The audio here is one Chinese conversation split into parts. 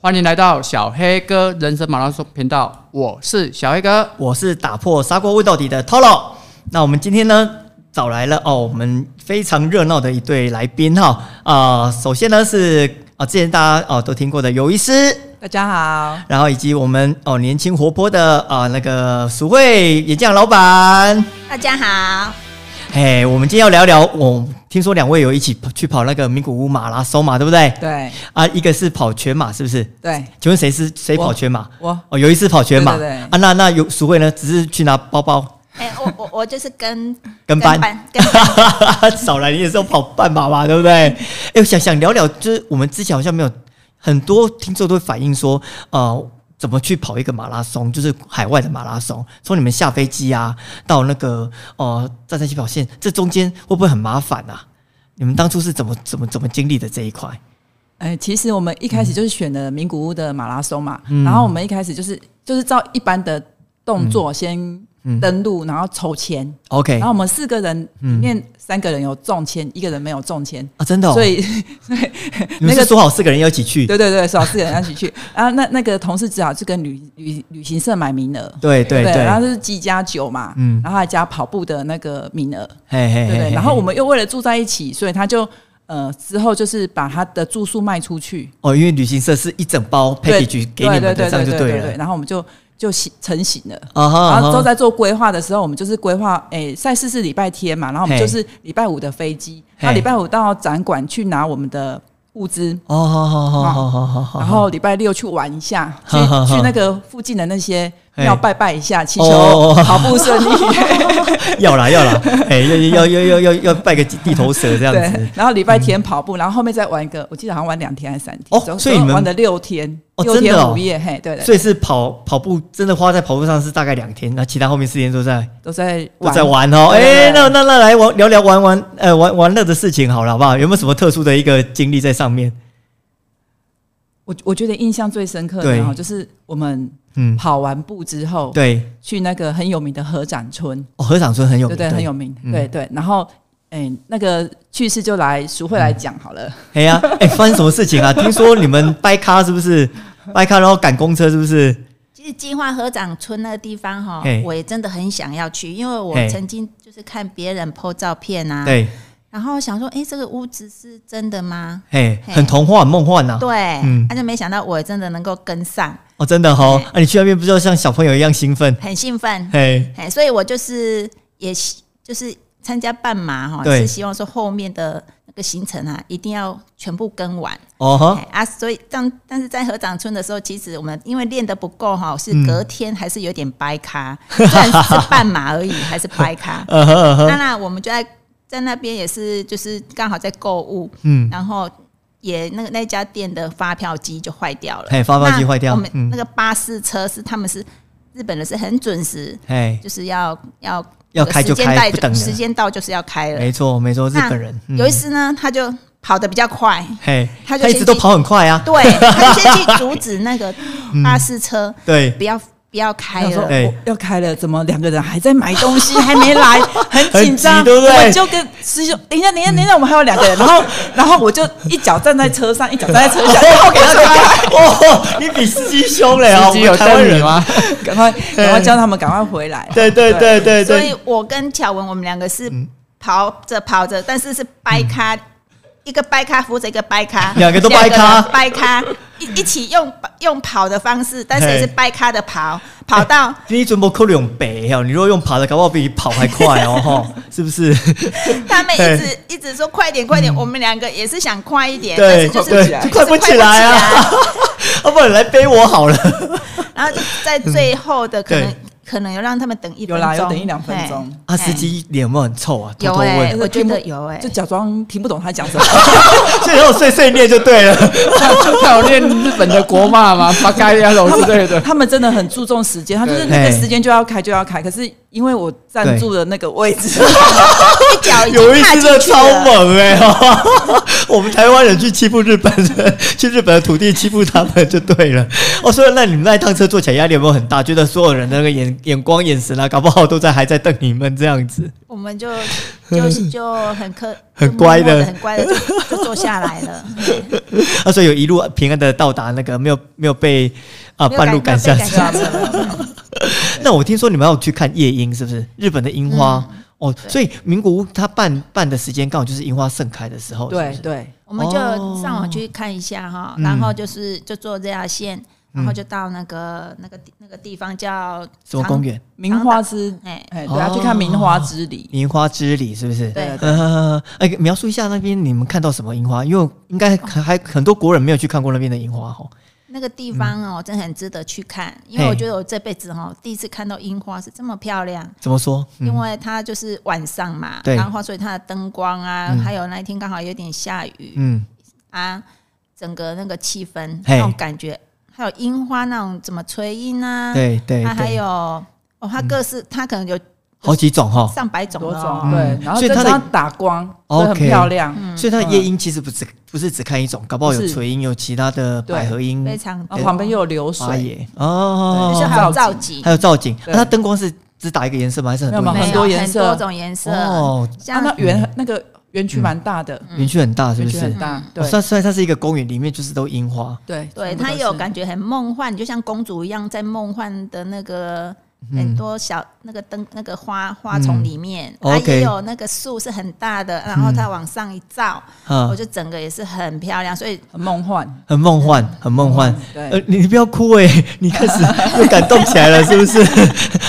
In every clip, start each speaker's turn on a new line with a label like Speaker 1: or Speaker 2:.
Speaker 1: 欢迎来到小黑哥人生马拉松频道，我是小黑哥。
Speaker 2: 我是打破砂锅问到底的 Tolo。那我们今天呢，找来了哦，我们非常热闹的一对来宾哈啊、首先呢是啊、之前大家哦、都听过的尤医师，
Speaker 3: 大家好，
Speaker 2: 然后以及我们哦年轻活泼的啊、那个鼠会演讲老板。
Speaker 4: 大家好，
Speaker 2: 嘿，我们今天要聊聊，我、听说两位有一起去跑那个名古屋马拉松嘛，对不对？
Speaker 3: 对
Speaker 2: 啊，一个是跑全马，是不是？
Speaker 3: 对，
Speaker 2: 请问谁是谁跑全马？
Speaker 3: 我
Speaker 2: 哦，有一次跑全马
Speaker 3: 对对对
Speaker 2: 啊，那那有鼠会呢，只是去拿包包。
Speaker 4: 哎、我我我就是跟
Speaker 2: 跟班
Speaker 4: 跟班
Speaker 2: 少来，你也是要跑半马嘛，对不对？哎、我想想聊聊，就是我们之前好像没有很多听众都会反映说，呃，怎么去跑一个马拉松，就是海外的马拉松，从你们下飞机啊，到那个呃站在起跑线，这中间会不会很麻烦啊？你们当初是怎么怎么怎么经历的这一块？
Speaker 3: 哎、其实我们一开始就是选了名古屋的马拉松嘛，
Speaker 2: 嗯
Speaker 3: 然后我们一开始就是就是照一般的动
Speaker 2: 嗯
Speaker 3: 作先登录，然后筹钱，
Speaker 2: OK
Speaker 3: 然后我们四个人里面三个人有中签，一个人没有中签，
Speaker 2: 啊，嗯真的、哦，
Speaker 3: 所以 所以
Speaker 2: 你们是说好四个人要一起去？
Speaker 3: 对对对，少四个人一起去，然后那那个同事只好去跟旅旅旅行社买名额。
Speaker 2: 对对对，
Speaker 3: 然后就是鸡加酒嘛，
Speaker 2: 嗯
Speaker 3: 然后还加跑步的那个名额，
Speaker 2: 嘿嘿嘿
Speaker 3: 对
Speaker 2: 嘿
Speaker 3: 对，
Speaker 2: 嘿
Speaker 3: 然后我们又为了住在一起，所以他就呃之后就是把他的住宿卖出去，
Speaker 2: 哦，因为旅行社是一整包 package 给你们的，这样就
Speaker 3: 对
Speaker 2: 了。
Speaker 3: 然后我们就就行成型了。
Speaker 2: 啊哈，啊
Speaker 3: 然后
Speaker 2: 哈
Speaker 3: 之后在做规划的时候，我们就是规划，诶、赛事是礼拜天嘛，然后我们
Speaker 2: 嘿
Speaker 3: 就是礼拜五的飞机，
Speaker 2: 嘿
Speaker 3: 那礼拜五到展馆去拿我们的物资，
Speaker 2: 哦，好好好好好好好，
Speaker 3: 然后礼拜六去玩一下，去
Speaker 2: 好好好
Speaker 3: 去那个附近的那些
Speaker 2: 嘿
Speaker 3: 庙拜拜一下，祈
Speaker 2: 哦
Speaker 3: 求
Speaker 2: 哦哦
Speaker 3: 跑步顺利。
Speaker 2: 要啦要啦，哎、要要要要要要拜个地头蛇这样子嗯
Speaker 3: 对，。然后礼拜天跑步，然后后面再玩一个，我记得好像玩两天还是三天，
Speaker 2: 哦
Speaker 3: 总
Speaker 2: 所以你们
Speaker 3: 总玩了六天，
Speaker 2: 哦
Speaker 3: 六天
Speaker 2: 真的哦
Speaker 3: 五夜，嘿，对
Speaker 2: 所
Speaker 3: 对，
Speaker 2: 以是跑跑步，真的花在跑步上是大概两天，那其他后面四天都在
Speaker 3: 都在
Speaker 2: 都
Speaker 3: 玩
Speaker 2: 在玩哦。
Speaker 3: 对
Speaker 2: 哎、
Speaker 3: 对对
Speaker 2: 那那那来玩聊聊玩玩呃玩玩乐的事情好了，好不好？有没有什么特殊的一个经历在上面？
Speaker 3: 我我觉得印象最深刻
Speaker 2: 对
Speaker 3: 的哈，哦就是我们
Speaker 2: 嗯，
Speaker 3: 跑完步之后，
Speaker 2: 对，
Speaker 3: 去那个很有名的河展村，
Speaker 2: 哦，河长村很有
Speaker 3: 对
Speaker 2: 名，
Speaker 3: 对，很有。名，
Speaker 2: 嗯
Speaker 3: 对对。然后，哎，那个趣事就来淑慧来讲好了。
Speaker 2: 哎呀，哎、发生什么事 情啊？听说你们掰咖是不是？掰咖然后赶公车是不是？
Speaker 4: 其实计划河长村那个地方哈
Speaker 2: 嘿，
Speaker 4: 我也真的很想要去，因为我
Speaker 2: 嘿
Speaker 4: 曾经就是看别人 PO 照片啊，
Speaker 2: 对，
Speaker 4: 然后想说，哎、这个屋子是真的吗？
Speaker 2: 嘿，
Speaker 4: 嘿
Speaker 2: 很童话很梦幻呐、
Speaker 4: 对，
Speaker 2: 嗯
Speaker 4: 但是没想到我真的能够跟上，
Speaker 2: 哦，真的哦。啊，你去那边不就像小朋友一样兴奋？
Speaker 4: 很兴奋，
Speaker 2: 嘿，
Speaker 4: 哎，所以我就是也希就是参加半马哈，
Speaker 2: 对
Speaker 4: 是希望说后面的那个行程啊，一定要全部跟完。
Speaker 2: 哦哈，
Speaker 4: 哎啊，所以当但是在河长村的时候，其实我们因为练得不够哈，是
Speaker 2: 嗯
Speaker 4: 隔天还是有点掰咖，虽然是半马而已， 还是掰咖。
Speaker 2: 呃呵呃呵，
Speaker 4: 那那我们就在在那边也是，就是刚好在购物，
Speaker 2: 嗯，
Speaker 4: 然后也那个那家店的发票机就坏掉了，
Speaker 2: 嘿，发报机坏掉，
Speaker 4: 那我们
Speaker 2: 嗯
Speaker 4: 那，个巴士车是他们是日本人是很准时，
Speaker 2: 嘿，
Speaker 4: 就是要要
Speaker 2: 要开就
Speaker 4: 时间
Speaker 2: 开，
Speaker 4: 带
Speaker 2: 不等
Speaker 4: 时
Speaker 2: 人。
Speaker 4: 间到就是要开了。
Speaker 2: 没错，没错，日
Speaker 4: 那
Speaker 2: 本人、嗯
Speaker 4: 有一，次呢，他就跑得比较快，
Speaker 2: 嘿，他
Speaker 4: 他就
Speaker 2: 一
Speaker 4: 先
Speaker 2: 直都
Speaker 4: 去
Speaker 2: 跑很快啊，
Speaker 4: 对，他就先去阻止那 个
Speaker 2: 嗯
Speaker 4: 巴士车，
Speaker 2: 对，
Speaker 4: 不要不要开
Speaker 3: 想说
Speaker 4: 了。
Speaker 2: 哎
Speaker 3: 我要开了，怎么两个人还在买 东西，还没来，很紧
Speaker 2: 很急
Speaker 3: 张，
Speaker 2: 对不对
Speaker 3: 我就跟师兄，哎等一下，等一下，等一下，我们还有两个 人，然后，然后我就一脚站在车上，一脚站在车下，然后给他开，
Speaker 2: 哦，你比司机凶嘞啊，
Speaker 1: 司机有
Speaker 2: 我们台湾
Speaker 1: 瞪你
Speaker 2: 人
Speaker 1: 吗？
Speaker 3: 赶快，赶快叫他们赶快回来。
Speaker 2: 对对对对
Speaker 4: 所
Speaker 2: 哎对，嗯
Speaker 4: 以我跟巧文我们两个是跑着跑着，但是是掰咖，一个掰咖扶着一个掰咖，
Speaker 2: 两个都掰咖
Speaker 4: 两个人掰咖一一起用用跑的方式，但是也是
Speaker 2: 嘿
Speaker 4: 掰咖的跑，跑到
Speaker 2: 你准备扣两倍哦，你如果用爬的，搞不好比你跑还快 哦，吼，是不是？
Speaker 4: 他们一直一直说快点快点，我们两个也是想快一点，但
Speaker 2: 嗯对
Speaker 4: 是就
Speaker 2: 对
Speaker 4: 是，
Speaker 2: 就快不起来啊，要不然你来背我好了。
Speaker 4: 然后就在最后的可
Speaker 2: 嗯
Speaker 4: 能
Speaker 2: 对
Speaker 4: 可能有让他们等一
Speaker 3: 有
Speaker 4: 分
Speaker 3: 啦，
Speaker 4: 钟，
Speaker 3: 有等一两分钟
Speaker 4: 嘿。。
Speaker 2: 啊，司机脸有没有很臭啊？偷
Speaker 4: 有
Speaker 2: 偷
Speaker 4: 哎、
Speaker 2: 问，
Speaker 4: 我觉
Speaker 3: 听
Speaker 4: 得
Speaker 3: 不
Speaker 4: 有哎、
Speaker 3: 就假装听不懂他讲什么，
Speaker 2: 所以要碎碎念就对了。
Speaker 1: 他有练日本的国骂吗？八嘎呀楼之类的。
Speaker 3: 他们真的很注重时间，他就是
Speaker 2: 对
Speaker 3: 那个时间就要开就要开，可是因为我站
Speaker 2: 对
Speaker 3: 住的那个位置，
Speaker 4: 一脚已 经
Speaker 2: 有一
Speaker 4: 踏
Speaker 2: 次
Speaker 4: 进
Speaker 2: 真的
Speaker 4: 去
Speaker 2: 超
Speaker 4: 了
Speaker 2: 猛哎、哈， 我们台湾人去欺负日本人，去日本的土地欺负他们就对了。哦，所以那你们那一趟车坐起来压力有没有很大？觉得所有人的那个眼眼光、眼神啊，搞不好都在还在瞪你们这样子。
Speaker 4: 我们就 就是就很客，
Speaker 2: 很
Speaker 4: 就默默
Speaker 2: 乖的
Speaker 4: 地很乖的就就坐下来了， 嘿
Speaker 2: 啊，所以有一路平安的到达那个，没有没有被啊
Speaker 4: 没有
Speaker 2: 半路赶下
Speaker 4: 赶没有被
Speaker 2: 车。
Speaker 4: 赶下车 了。嗯
Speaker 2: 那我听说你们要去看夜樱，是不是？日本的樱花、哦，所以名古屋它办办的时间刚好就是樱花盛开的时候。是不
Speaker 3: 对
Speaker 2: 是
Speaker 3: 对，
Speaker 4: 我们就
Speaker 2: 哦
Speaker 4: 上网去看一下哈，
Speaker 2: 嗯
Speaker 4: 然后就是就坐这条线，然后就到那个那个地那个地方叫
Speaker 2: 什么公？园？
Speaker 3: 名花之
Speaker 4: 哎，
Speaker 3: 哎，对啊，
Speaker 2: 哦
Speaker 3: 去看名花之礼，
Speaker 2: 樱花之里是不是？
Speaker 4: 对
Speaker 3: 对
Speaker 2: 呃，哎、描述一下那边你们看到什么樱花？因为应该还还很多国人没有去看过那边的樱花哦。
Speaker 4: 那个地方哦，真的很值得去看，因为
Speaker 2: 嗯嘿
Speaker 4: 我觉得我这辈子哈第一次看到樱花是这么漂亮。
Speaker 2: 怎么说？嗯
Speaker 4: 因为它就是晚上嘛，
Speaker 2: 对
Speaker 4: 然后所以它的灯光啊，
Speaker 2: 嗯
Speaker 4: 还有那一天刚好有点下雨，
Speaker 2: 嗯，
Speaker 4: 啊，整个那个气氛
Speaker 2: 嘿
Speaker 4: 那种感觉，还有樱花那种怎么垂樱啊，
Speaker 2: 对嗯对
Speaker 4: 它还
Speaker 2: 对，
Speaker 4: 有哦，它各式它可能有
Speaker 2: 好几种哈、
Speaker 4: 上百种
Speaker 3: 多
Speaker 4: 了
Speaker 3: 种
Speaker 4: 哦。
Speaker 3: 对，然
Speaker 2: 嗯
Speaker 3: 后
Speaker 2: 所以
Speaker 3: 再
Speaker 2: 它
Speaker 3: 加
Speaker 2: 的
Speaker 3: 上打光，所以很
Speaker 2: OK 嗯
Speaker 3: 漂亮。
Speaker 4: 嗯
Speaker 2: 所以它的夜樱其实不只不是只看一种，搞不好有
Speaker 3: 不是
Speaker 2: 垂樱，有其他的
Speaker 3: 对
Speaker 2: 百合樱、
Speaker 4: 非常
Speaker 3: 然后哦旁边又有流
Speaker 2: 花
Speaker 3: 水，
Speaker 2: 野
Speaker 4: 就
Speaker 2: 哦，
Speaker 4: 是还有造景，
Speaker 2: 还有造景。那、
Speaker 3: 对
Speaker 2: 它灯光是只打一个颜色吗？还是很多哦
Speaker 3: 没有
Speaker 2: 颜
Speaker 4: 没
Speaker 2: 色？
Speaker 4: 有
Speaker 3: 哦很多颜色
Speaker 4: 很多种颜色，
Speaker 2: 哦，
Speaker 3: 啊，
Speaker 4: 像
Speaker 3: 那园那个园区蛮大的，
Speaker 4: 嗯
Speaker 2: 园区很大，嗯是
Speaker 3: 园
Speaker 2: 不
Speaker 3: 区
Speaker 2: 是
Speaker 3: 很？大，
Speaker 2: 哦
Speaker 3: 对
Speaker 2: 算算它是一个公园，里面就是都樱花。
Speaker 3: 对
Speaker 4: 对
Speaker 3: 全部都
Speaker 4: 它
Speaker 3: 是
Speaker 4: 有感觉很梦幻，你就像公主一样在梦幻的那个。
Speaker 2: 嗯
Speaker 4: 很多小那个灯那个花花丛里面，它
Speaker 2: 嗯哦 OK 嗯
Speaker 4: 也有那个树是很大的，然后它往上一照，
Speaker 2: 啊
Speaker 4: 我，就整个也是很漂亮，所以
Speaker 3: 很梦幻，
Speaker 2: 很梦幻，
Speaker 4: 嗯
Speaker 2: 很梦幻。
Speaker 3: 对
Speaker 2: 呃，你你不要哭哎、 你开始又感动起来了，是不 是？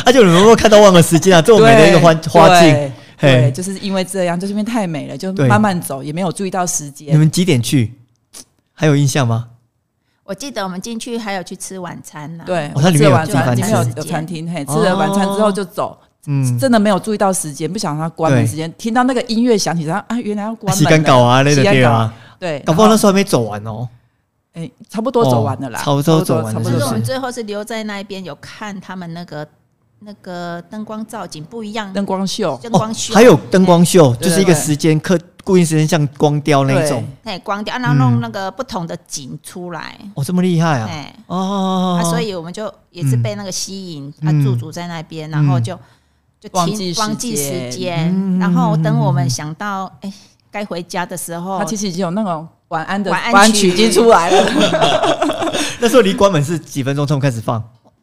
Speaker 2: 而且你们有没有看到忘了时间啊？这么美的一个花
Speaker 3: 对
Speaker 2: 花境
Speaker 3: 对，对，
Speaker 2: 嘿，
Speaker 3: 就是因为这样，就是因为太美了，就
Speaker 2: 对
Speaker 3: 慢慢走，也没有注意到时
Speaker 2: 你
Speaker 3: 间。
Speaker 2: 们几点去？还有印象吗？
Speaker 4: 我记得我们进去还有去吃晚餐呢、，
Speaker 3: 对，
Speaker 2: 哦它里面
Speaker 3: 吃
Speaker 2: 有
Speaker 3: 晚
Speaker 2: 自己
Speaker 3: 餐，里面有
Speaker 4: 晚餐
Speaker 3: 有餐厅，嘿，吃
Speaker 2: 哦
Speaker 3: 了晚餐之后就走，
Speaker 2: 嗯，
Speaker 3: 真的没有注意到时间，不想让它关门时间，听到那个音乐响起，然后啊，原来要关
Speaker 2: 洗
Speaker 3: 门
Speaker 2: 干搞
Speaker 3: 了，
Speaker 2: 啊，那个
Speaker 3: 洗干
Speaker 2: 对
Speaker 3: 搞
Speaker 2: 啊，
Speaker 3: 对，
Speaker 2: 搞不好那
Speaker 3: 然后
Speaker 2: 时候还没走完哦。
Speaker 3: 哎，差不多走完了啦，
Speaker 2: 哦差不多走完了
Speaker 3: 差不
Speaker 4: 可
Speaker 3: 多
Speaker 4: 是
Speaker 2: 就
Speaker 4: 我
Speaker 3: 走
Speaker 4: 们最后是留在那边有看他们那个那个灯光造景不一样，
Speaker 3: 灯光秀，
Speaker 4: 灯
Speaker 2: 哦
Speaker 4: 光，秀、
Speaker 2: 还有灯光秀，
Speaker 3: 对
Speaker 2: 就是一个
Speaker 3: 对
Speaker 2: 时间刻固定时间，像光雕那一种。
Speaker 4: 哎光掉，啊然后弄那个不同的景出来，
Speaker 2: 哦，这么厉害啊！
Speaker 4: 哎、
Speaker 2: 哦
Speaker 4: 啊，，所以我们就也是被那个吸引，他、
Speaker 2: 嗯
Speaker 4: 驻足在那边，然后就、就
Speaker 3: 忘
Speaker 4: 停
Speaker 3: 记时
Speaker 4: 忘记
Speaker 3: 间
Speaker 4: 时间，然后等我们想到哎该、回家的时候
Speaker 3: 它，其实已经有那种晚安的
Speaker 4: 晚安
Speaker 3: 曲
Speaker 4: 曲
Speaker 3: 已经出来了，
Speaker 2: 那时候离关门是几分钟，他们开始放，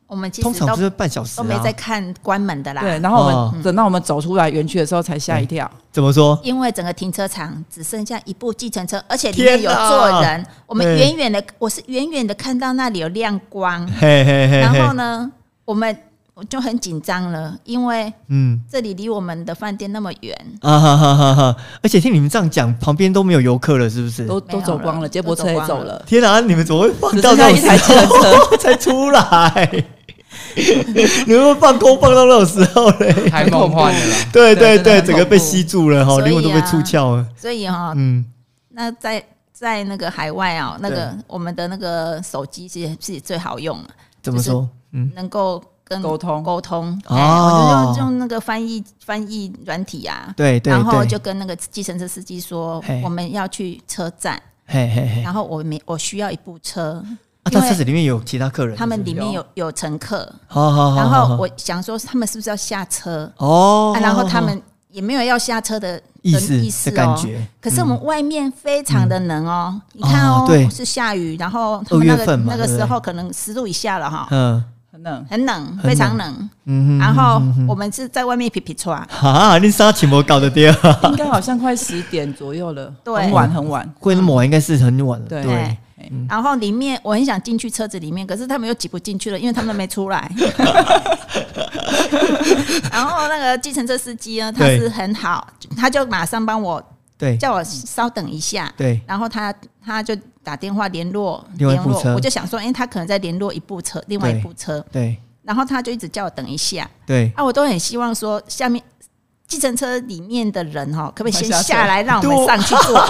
Speaker 4: 我们其
Speaker 2: 通
Speaker 4: 实
Speaker 2: 常
Speaker 4: 都
Speaker 2: 就是半小时
Speaker 4: 都没
Speaker 2: 啊
Speaker 4: 在。看关门的啦，
Speaker 3: 对，然后我
Speaker 2: 哦
Speaker 3: 们等到我们走出来园区的时候才吓一跳，
Speaker 2: 怎么说？
Speaker 4: 因为整个停车场只剩下一部计程车，而且里面有
Speaker 2: 天哪
Speaker 4: 坐人。我们
Speaker 2: 对
Speaker 4: 远远的，我是远远的看到那里有亮光，
Speaker 2: 嘿嘿嘿
Speaker 4: 然后
Speaker 2: 嘿，
Speaker 4: 呢，我们我就很紧张了，因为
Speaker 2: 嗯。
Speaker 4: 这里离我们的饭店那么远，
Speaker 2: 啊哈哈哈！哈！而且听你们这样讲，旁边都没有游客了，是不是？
Speaker 3: 都
Speaker 4: 没
Speaker 3: 都
Speaker 4: 有
Speaker 3: 走光了，
Speaker 4: 了
Speaker 3: 接驳车也
Speaker 4: 都走
Speaker 3: 走
Speaker 4: 光了
Speaker 3: 了，
Speaker 2: 天啊，你们怎么会放
Speaker 3: 只
Speaker 2: 到
Speaker 3: 剩
Speaker 2: 那种
Speaker 3: 下一台
Speaker 2: 时
Speaker 3: 计程车。
Speaker 2: 候才出来？你们会不会放空放到那种时候嘞？
Speaker 1: 太梦幻了啦。
Speaker 2: 对对
Speaker 3: 对真的
Speaker 2: 对，
Speaker 3: 很
Speaker 2: 整个被
Speaker 3: 恐怖
Speaker 2: 吸住了哈，
Speaker 4: 所以啊
Speaker 2: 灵魂都被出窍了。
Speaker 4: 所以哈、
Speaker 2: 嗯，
Speaker 4: 那在在那个海外啊、那个我们的那个手机是是最好用了，
Speaker 2: 怎么说？嗯，
Speaker 4: 能够跟
Speaker 3: 沟通
Speaker 4: 沟通。
Speaker 2: 哦
Speaker 4: 哎，我就用用那个翻译翻译软体啊，
Speaker 2: 对对
Speaker 4: 然后
Speaker 2: 对，
Speaker 4: 就跟那个计程车司机说
Speaker 2: 嘿，
Speaker 4: 我们要去车站。
Speaker 2: 嘿嘿嘿。
Speaker 4: 然后我没我需要一部车，
Speaker 2: 啊，
Speaker 4: 因
Speaker 2: 他
Speaker 4: 为
Speaker 2: 车子里面有其他客人，
Speaker 4: 他们
Speaker 2: 是不是
Speaker 4: 里面有有乘客，
Speaker 2: 好好好。
Speaker 4: 然
Speaker 2: 好好
Speaker 4: 后我想说他们是不是要下车？
Speaker 2: 哦
Speaker 4: 啊，，然后他们也没有要下车的
Speaker 2: 意
Speaker 4: 的
Speaker 2: 思
Speaker 4: 意
Speaker 2: 的
Speaker 4: 思
Speaker 2: 感
Speaker 4: 哦。
Speaker 2: 觉，
Speaker 4: 可是我们外面非常的冷哦，你看
Speaker 2: 啊
Speaker 4: 哦，
Speaker 2: 对
Speaker 4: 是下雨，然后他们那
Speaker 2: 二月
Speaker 4: 个
Speaker 2: 份嘛
Speaker 4: 那个
Speaker 2: 对不对
Speaker 4: 时候可能十度以下了哈，
Speaker 2: 嗯
Speaker 3: 很冷，
Speaker 4: 很冷，
Speaker 2: 冷
Speaker 4: 非常冷。
Speaker 2: 嗯
Speaker 4: 然后我们是在外面皮皮穿，
Speaker 2: 哼，啊，你啥情况搞得 掉？
Speaker 3: 应该好像快十点左右了，
Speaker 4: 对
Speaker 3: 很晚很晚，
Speaker 2: 会那么晚应该是很晚了，
Speaker 3: 对
Speaker 2: 对。嗯
Speaker 4: 然后里面我很想进去车子里面，可是他们又挤不进去了，因为他们没 出来。然后那个计程车司机呢，他
Speaker 2: 对
Speaker 4: 是很好，他就马上帮我
Speaker 2: 对
Speaker 4: 叫我稍等一下，
Speaker 2: 对，
Speaker 4: 然后他他就打电话联络
Speaker 2: 另外一
Speaker 4: 联
Speaker 2: 部
Speaker 4: 络
Speaker 2: 车，
Speaker 4: 我就想说，哎、他可能在联络一部车，另外一部车，
Speaker 2: 对
Speaker 4: 然后他就一直叫我等一下，
Speaker 2: 对，
Speaker 4: 啊，我都很希望说下面。计程车里面的人哈、哦，可不可以先
Speaker 3: 快下车
Speaker 4: 下来，让我
Speaker 2: 对
Speaker 4: 们
Speaker 2: 我
Speaker 4: 上去坐？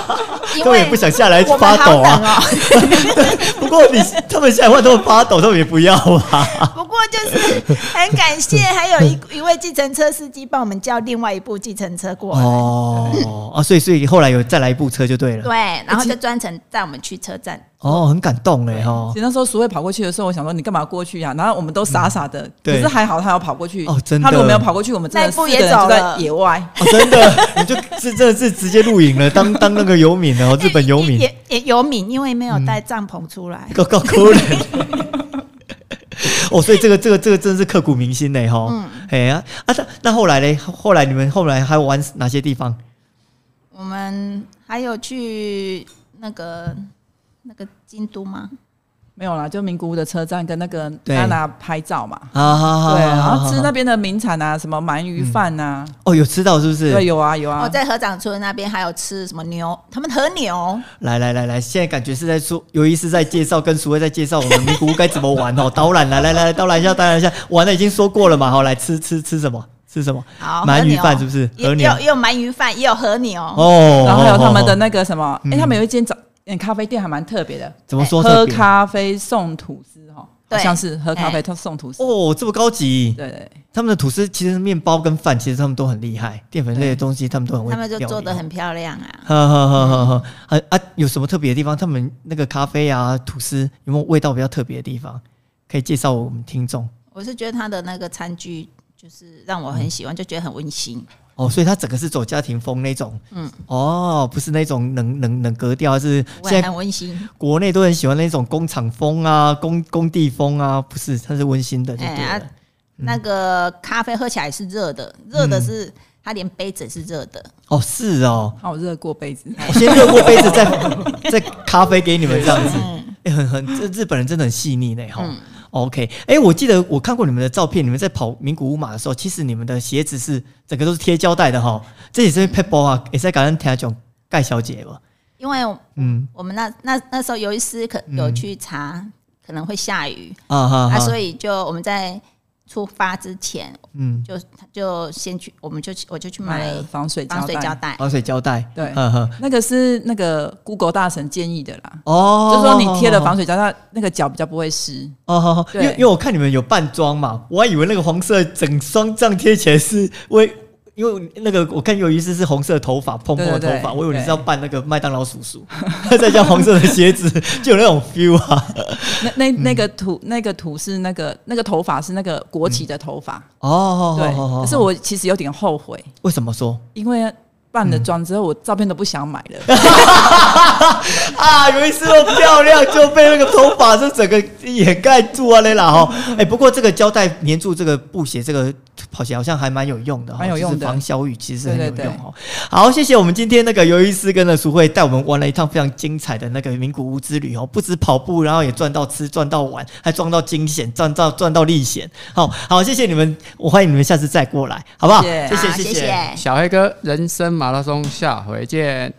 Speaker 2: 根
Speaker 4: 因
Speaker 2: 本
Speaker 4: 为
Speaker 2: 也不想下来
Speaker 4: 我
Speaker 2: 发
Speaker 4: 们好
Speaker 2: 抖
Speaker 4: 冷
Speaker 2: 啊。
Speaker 4: 哦。
Speaker 2: 不过你他们下来换他们发抖，他们也不要啊。
Speaker 4: 不过就是 很感谢，还有 一一位计程车司机帮我们叫另外一部计程车过来。
Speaker 2: 哦啊，所以所以后来有再来一部车就对了。
Speaker 4: 对，然
Speaker 2: 哎
Speaker 4: 后就专程带我们去车站。
Speaker 2: 哦，很感动哎哈
Speaker 3: 其。实那时候苏慧跑过去的时候，我想说你干嘛过去呀、然后我们都傻傻的，
Speaker 2: 嗯对
Speaker 3: 可是还好他有跑过去。
Speaker 2: 哦真的
Speaker 3: 他如果没有跑过去，我们真的
Speaker 4: 那一步
Speaker 3: 四个人
Speaker 4: 也走
Speaker 3: 就在
Speaker 4: 了
Speaker 3: 野外。
Speaker 2: 哦，真的，你就是真的是直接露营了，当当那个游民哦，日本游民，嗯
Speaker 4: 也也游民，因为没有带帐篷出来。
Speaker 2: 够够哭人。哦，所以这个这个这个真是刻骨铭心呢哈。哎呀啊，那那后来嘞，后来你们后来还玩哪些地方？
Speaker 4: 我们还有去那个那个京都吗？
Speaker 3: 没有啦，就名古屋的车站跟那个
Speaker 2: 对
Speaker 3: 娜娜拍照嘛。
Speaker 2: 啊，好好
Speaker 3: 对，然后吃
Speaker 2: 好
Speaker 3: 那边的名产啊，什么鳗鱼饭啊，
Speaker 2: 哦，有吃到是不是？
Speaker 3: 对，有啊有啊
Speaker 4: 哦，。在河长村那边还有吃什么牛？他们和牛，
Speaker 2: 来来来来，现在感觉是在说，尤一是在介绍，跟苏威在介绍我们名古屋该怎么玩哦。导览来来来，导览一下，导览一下，玩的已经说过了嘛，好，来吃吃吃什么？吃什么？
Speaker 4: 好，
Speaker 2: 鳗鱼
Speaker 4: 和牛
Speaker 2: 饭是不是？
Speaker 4: 也
Speaker 2: 和牛
Speaker 4: 也有也有鳗鱼饭，也有和牛。
Speaker 2: 哦，
Speaker 3: 然后还有
Speaker 2: 哦
Speaker 3: 他们
Speaker 2: 哦
Speaker 3: 的
Speaker 2: 哦
Speaker 3: 那个什么，
Speaker 2: 嗯
Speaker 3: 哎，他们有一间早嗯咖啡店还蛮特别的，
Speaker 2: 怎么说特
Speaker 3: 喝
Speaker 2: 别？
Speaker 3: 咖啡送吐司哈，好
Speaker 4: 对哎
Speaker 3: 像是喝咖啡送吐司。
Speaker 2: 哦，这么高级，
Speaker 3: 对对，
Speaker 2: 他们的吐司其实面包跟饭，其实他们都很厉害，淀粉类的东西他们都很会
Speaker 4: 他
Speaker 2: 料理
Speaker 4: 们
Speaker 2: 哦。
Speaker 4: 就做的很漂亮啊。
Speaker 2: 呵呵呵呵呵，啊啊，有什么特别的地方？他们那个咖啡啊、吐司有没有味道比较特别的地方？可以介绍我们听众
Speaker 4: 我是觉得他的那个餐具就是让我很喜欢，就觉得很温馨。
Speaker 2: 哦。所以它整个是走家庭风那种，嗯
Speaker 4: 嗯，
Speaker 2: 哦，不是那种冷冷冷格调，是
Speaker 4: 我
Speaker 2: 现
Speaker 4: 也
Speaker 2: 在
Speaker 4: 很温馨，
Speaker 2: 国内都很喜欢那种工厂风啊、工工地风啊，不是，它是温馨的，就对
Speaker 4: 哎
Speaker 2: 了
Speaker 4: 啊。那个咖啡喝起来是热的，热的是、它连杯子是热的，
Speaker 2: 哦，是哦，
Speaker 3: 好热过杯子。
Speaker 4: 哦
Speaker 2: 我先热过杯子，再 再咖啡给你们这样子。
Speaker 4: 嗯
Speaker 2: 哎、很很，这日本人真的很细腻呢，哈、OK，哎、我记得我看过你们的照片，你们在跑名古屋马的时候，其实你们的鞋子是整个都是贴胶带的哈。这也是 p e b b l e 啊，也是感恩听讲盖小姐吧。
Speaker 4: 因为我
Speaker 2: 嗯
Speaker 4: 我们那那那时候有一师可有去查、可能会下雨，
Speaker 2: 啊哈
Speaker 4: 啊，
Speaker 2: 哈，
Speaker 4: 所以就我们在出发之前
Speaker 2: 嗯，
Speaker 4: 就就先去，我们就去我就去
Speaker 3: 买
Speaker 4: 买
Speaker 3: 了防水
Speaker 4: 防水
Speaker 3: 带，
Speaker 4: 胶带，
Speaker 2: 防水胶带，
Speaker 3: 对
Speaker 2: 呵呵，
Speaker 3: 那个是那个 Google 大神建议的啦，
Speaker 2: 哦，
Speaker 3: 就说你贴了防水胶带，那个脚比较不会湿。
Speaker 2: 哦，好好，因
Speaker 3: 对
Speaker 2: 为因为我看你们有扮装嘛，我还以为那个黄色整双这样贴起来是为，因为那个我看有一次是红色头发蓬蓬的头
Speaker 3: 对对对
Speaker 2: 发，我以为你是
Speaker 3: 对
Speaker 2: 要扮那个麦当劳叔叔，再加黄色的鞋子，就有那种 feel 啊。
Speaker 3: 那那那个图，那个图是那个那个头发是那个国旗的头发，
Speaker 2: 哦，
Speaker 3: 对。可是我其实有点后悔，
Speaker 2: 为什么说
Speaker 3: 因为办了妆之后，我照片都不想买了。
Speaker 2: 啊？有一次都漂亮就被那个头发是整个掩盖住啊，嘞啦哈。
Speaker 3: 嗯
Speaker 2: 哎、不过这个胶带粘住这个布鞋，这个跑鞋好像还蛮有用的哦，
Speaker 3: 蛮有用的
Speaker 2: 就是防小雨其实是很有
Speaker 3: 对对对
Speaker 2: 用哦。好，谢谢我们今天那个尤医师跟了淑慧带我们玩了一趟非常精彩的那个名古屋之旅哦，不止跑步，然后也赚到吃，赚到玩，还赚到惊险，赚到赚到历险。好好，谢谢你们，我欢迎你们下次再过来，好不好？
Speaker 3: 谢谢
Speaker 2: 谢
Speaker 4: 好
Speaker 2: 谢
Speaker 4: 谢。
Speaker 1: 小黑哥人生马拉松，下回见。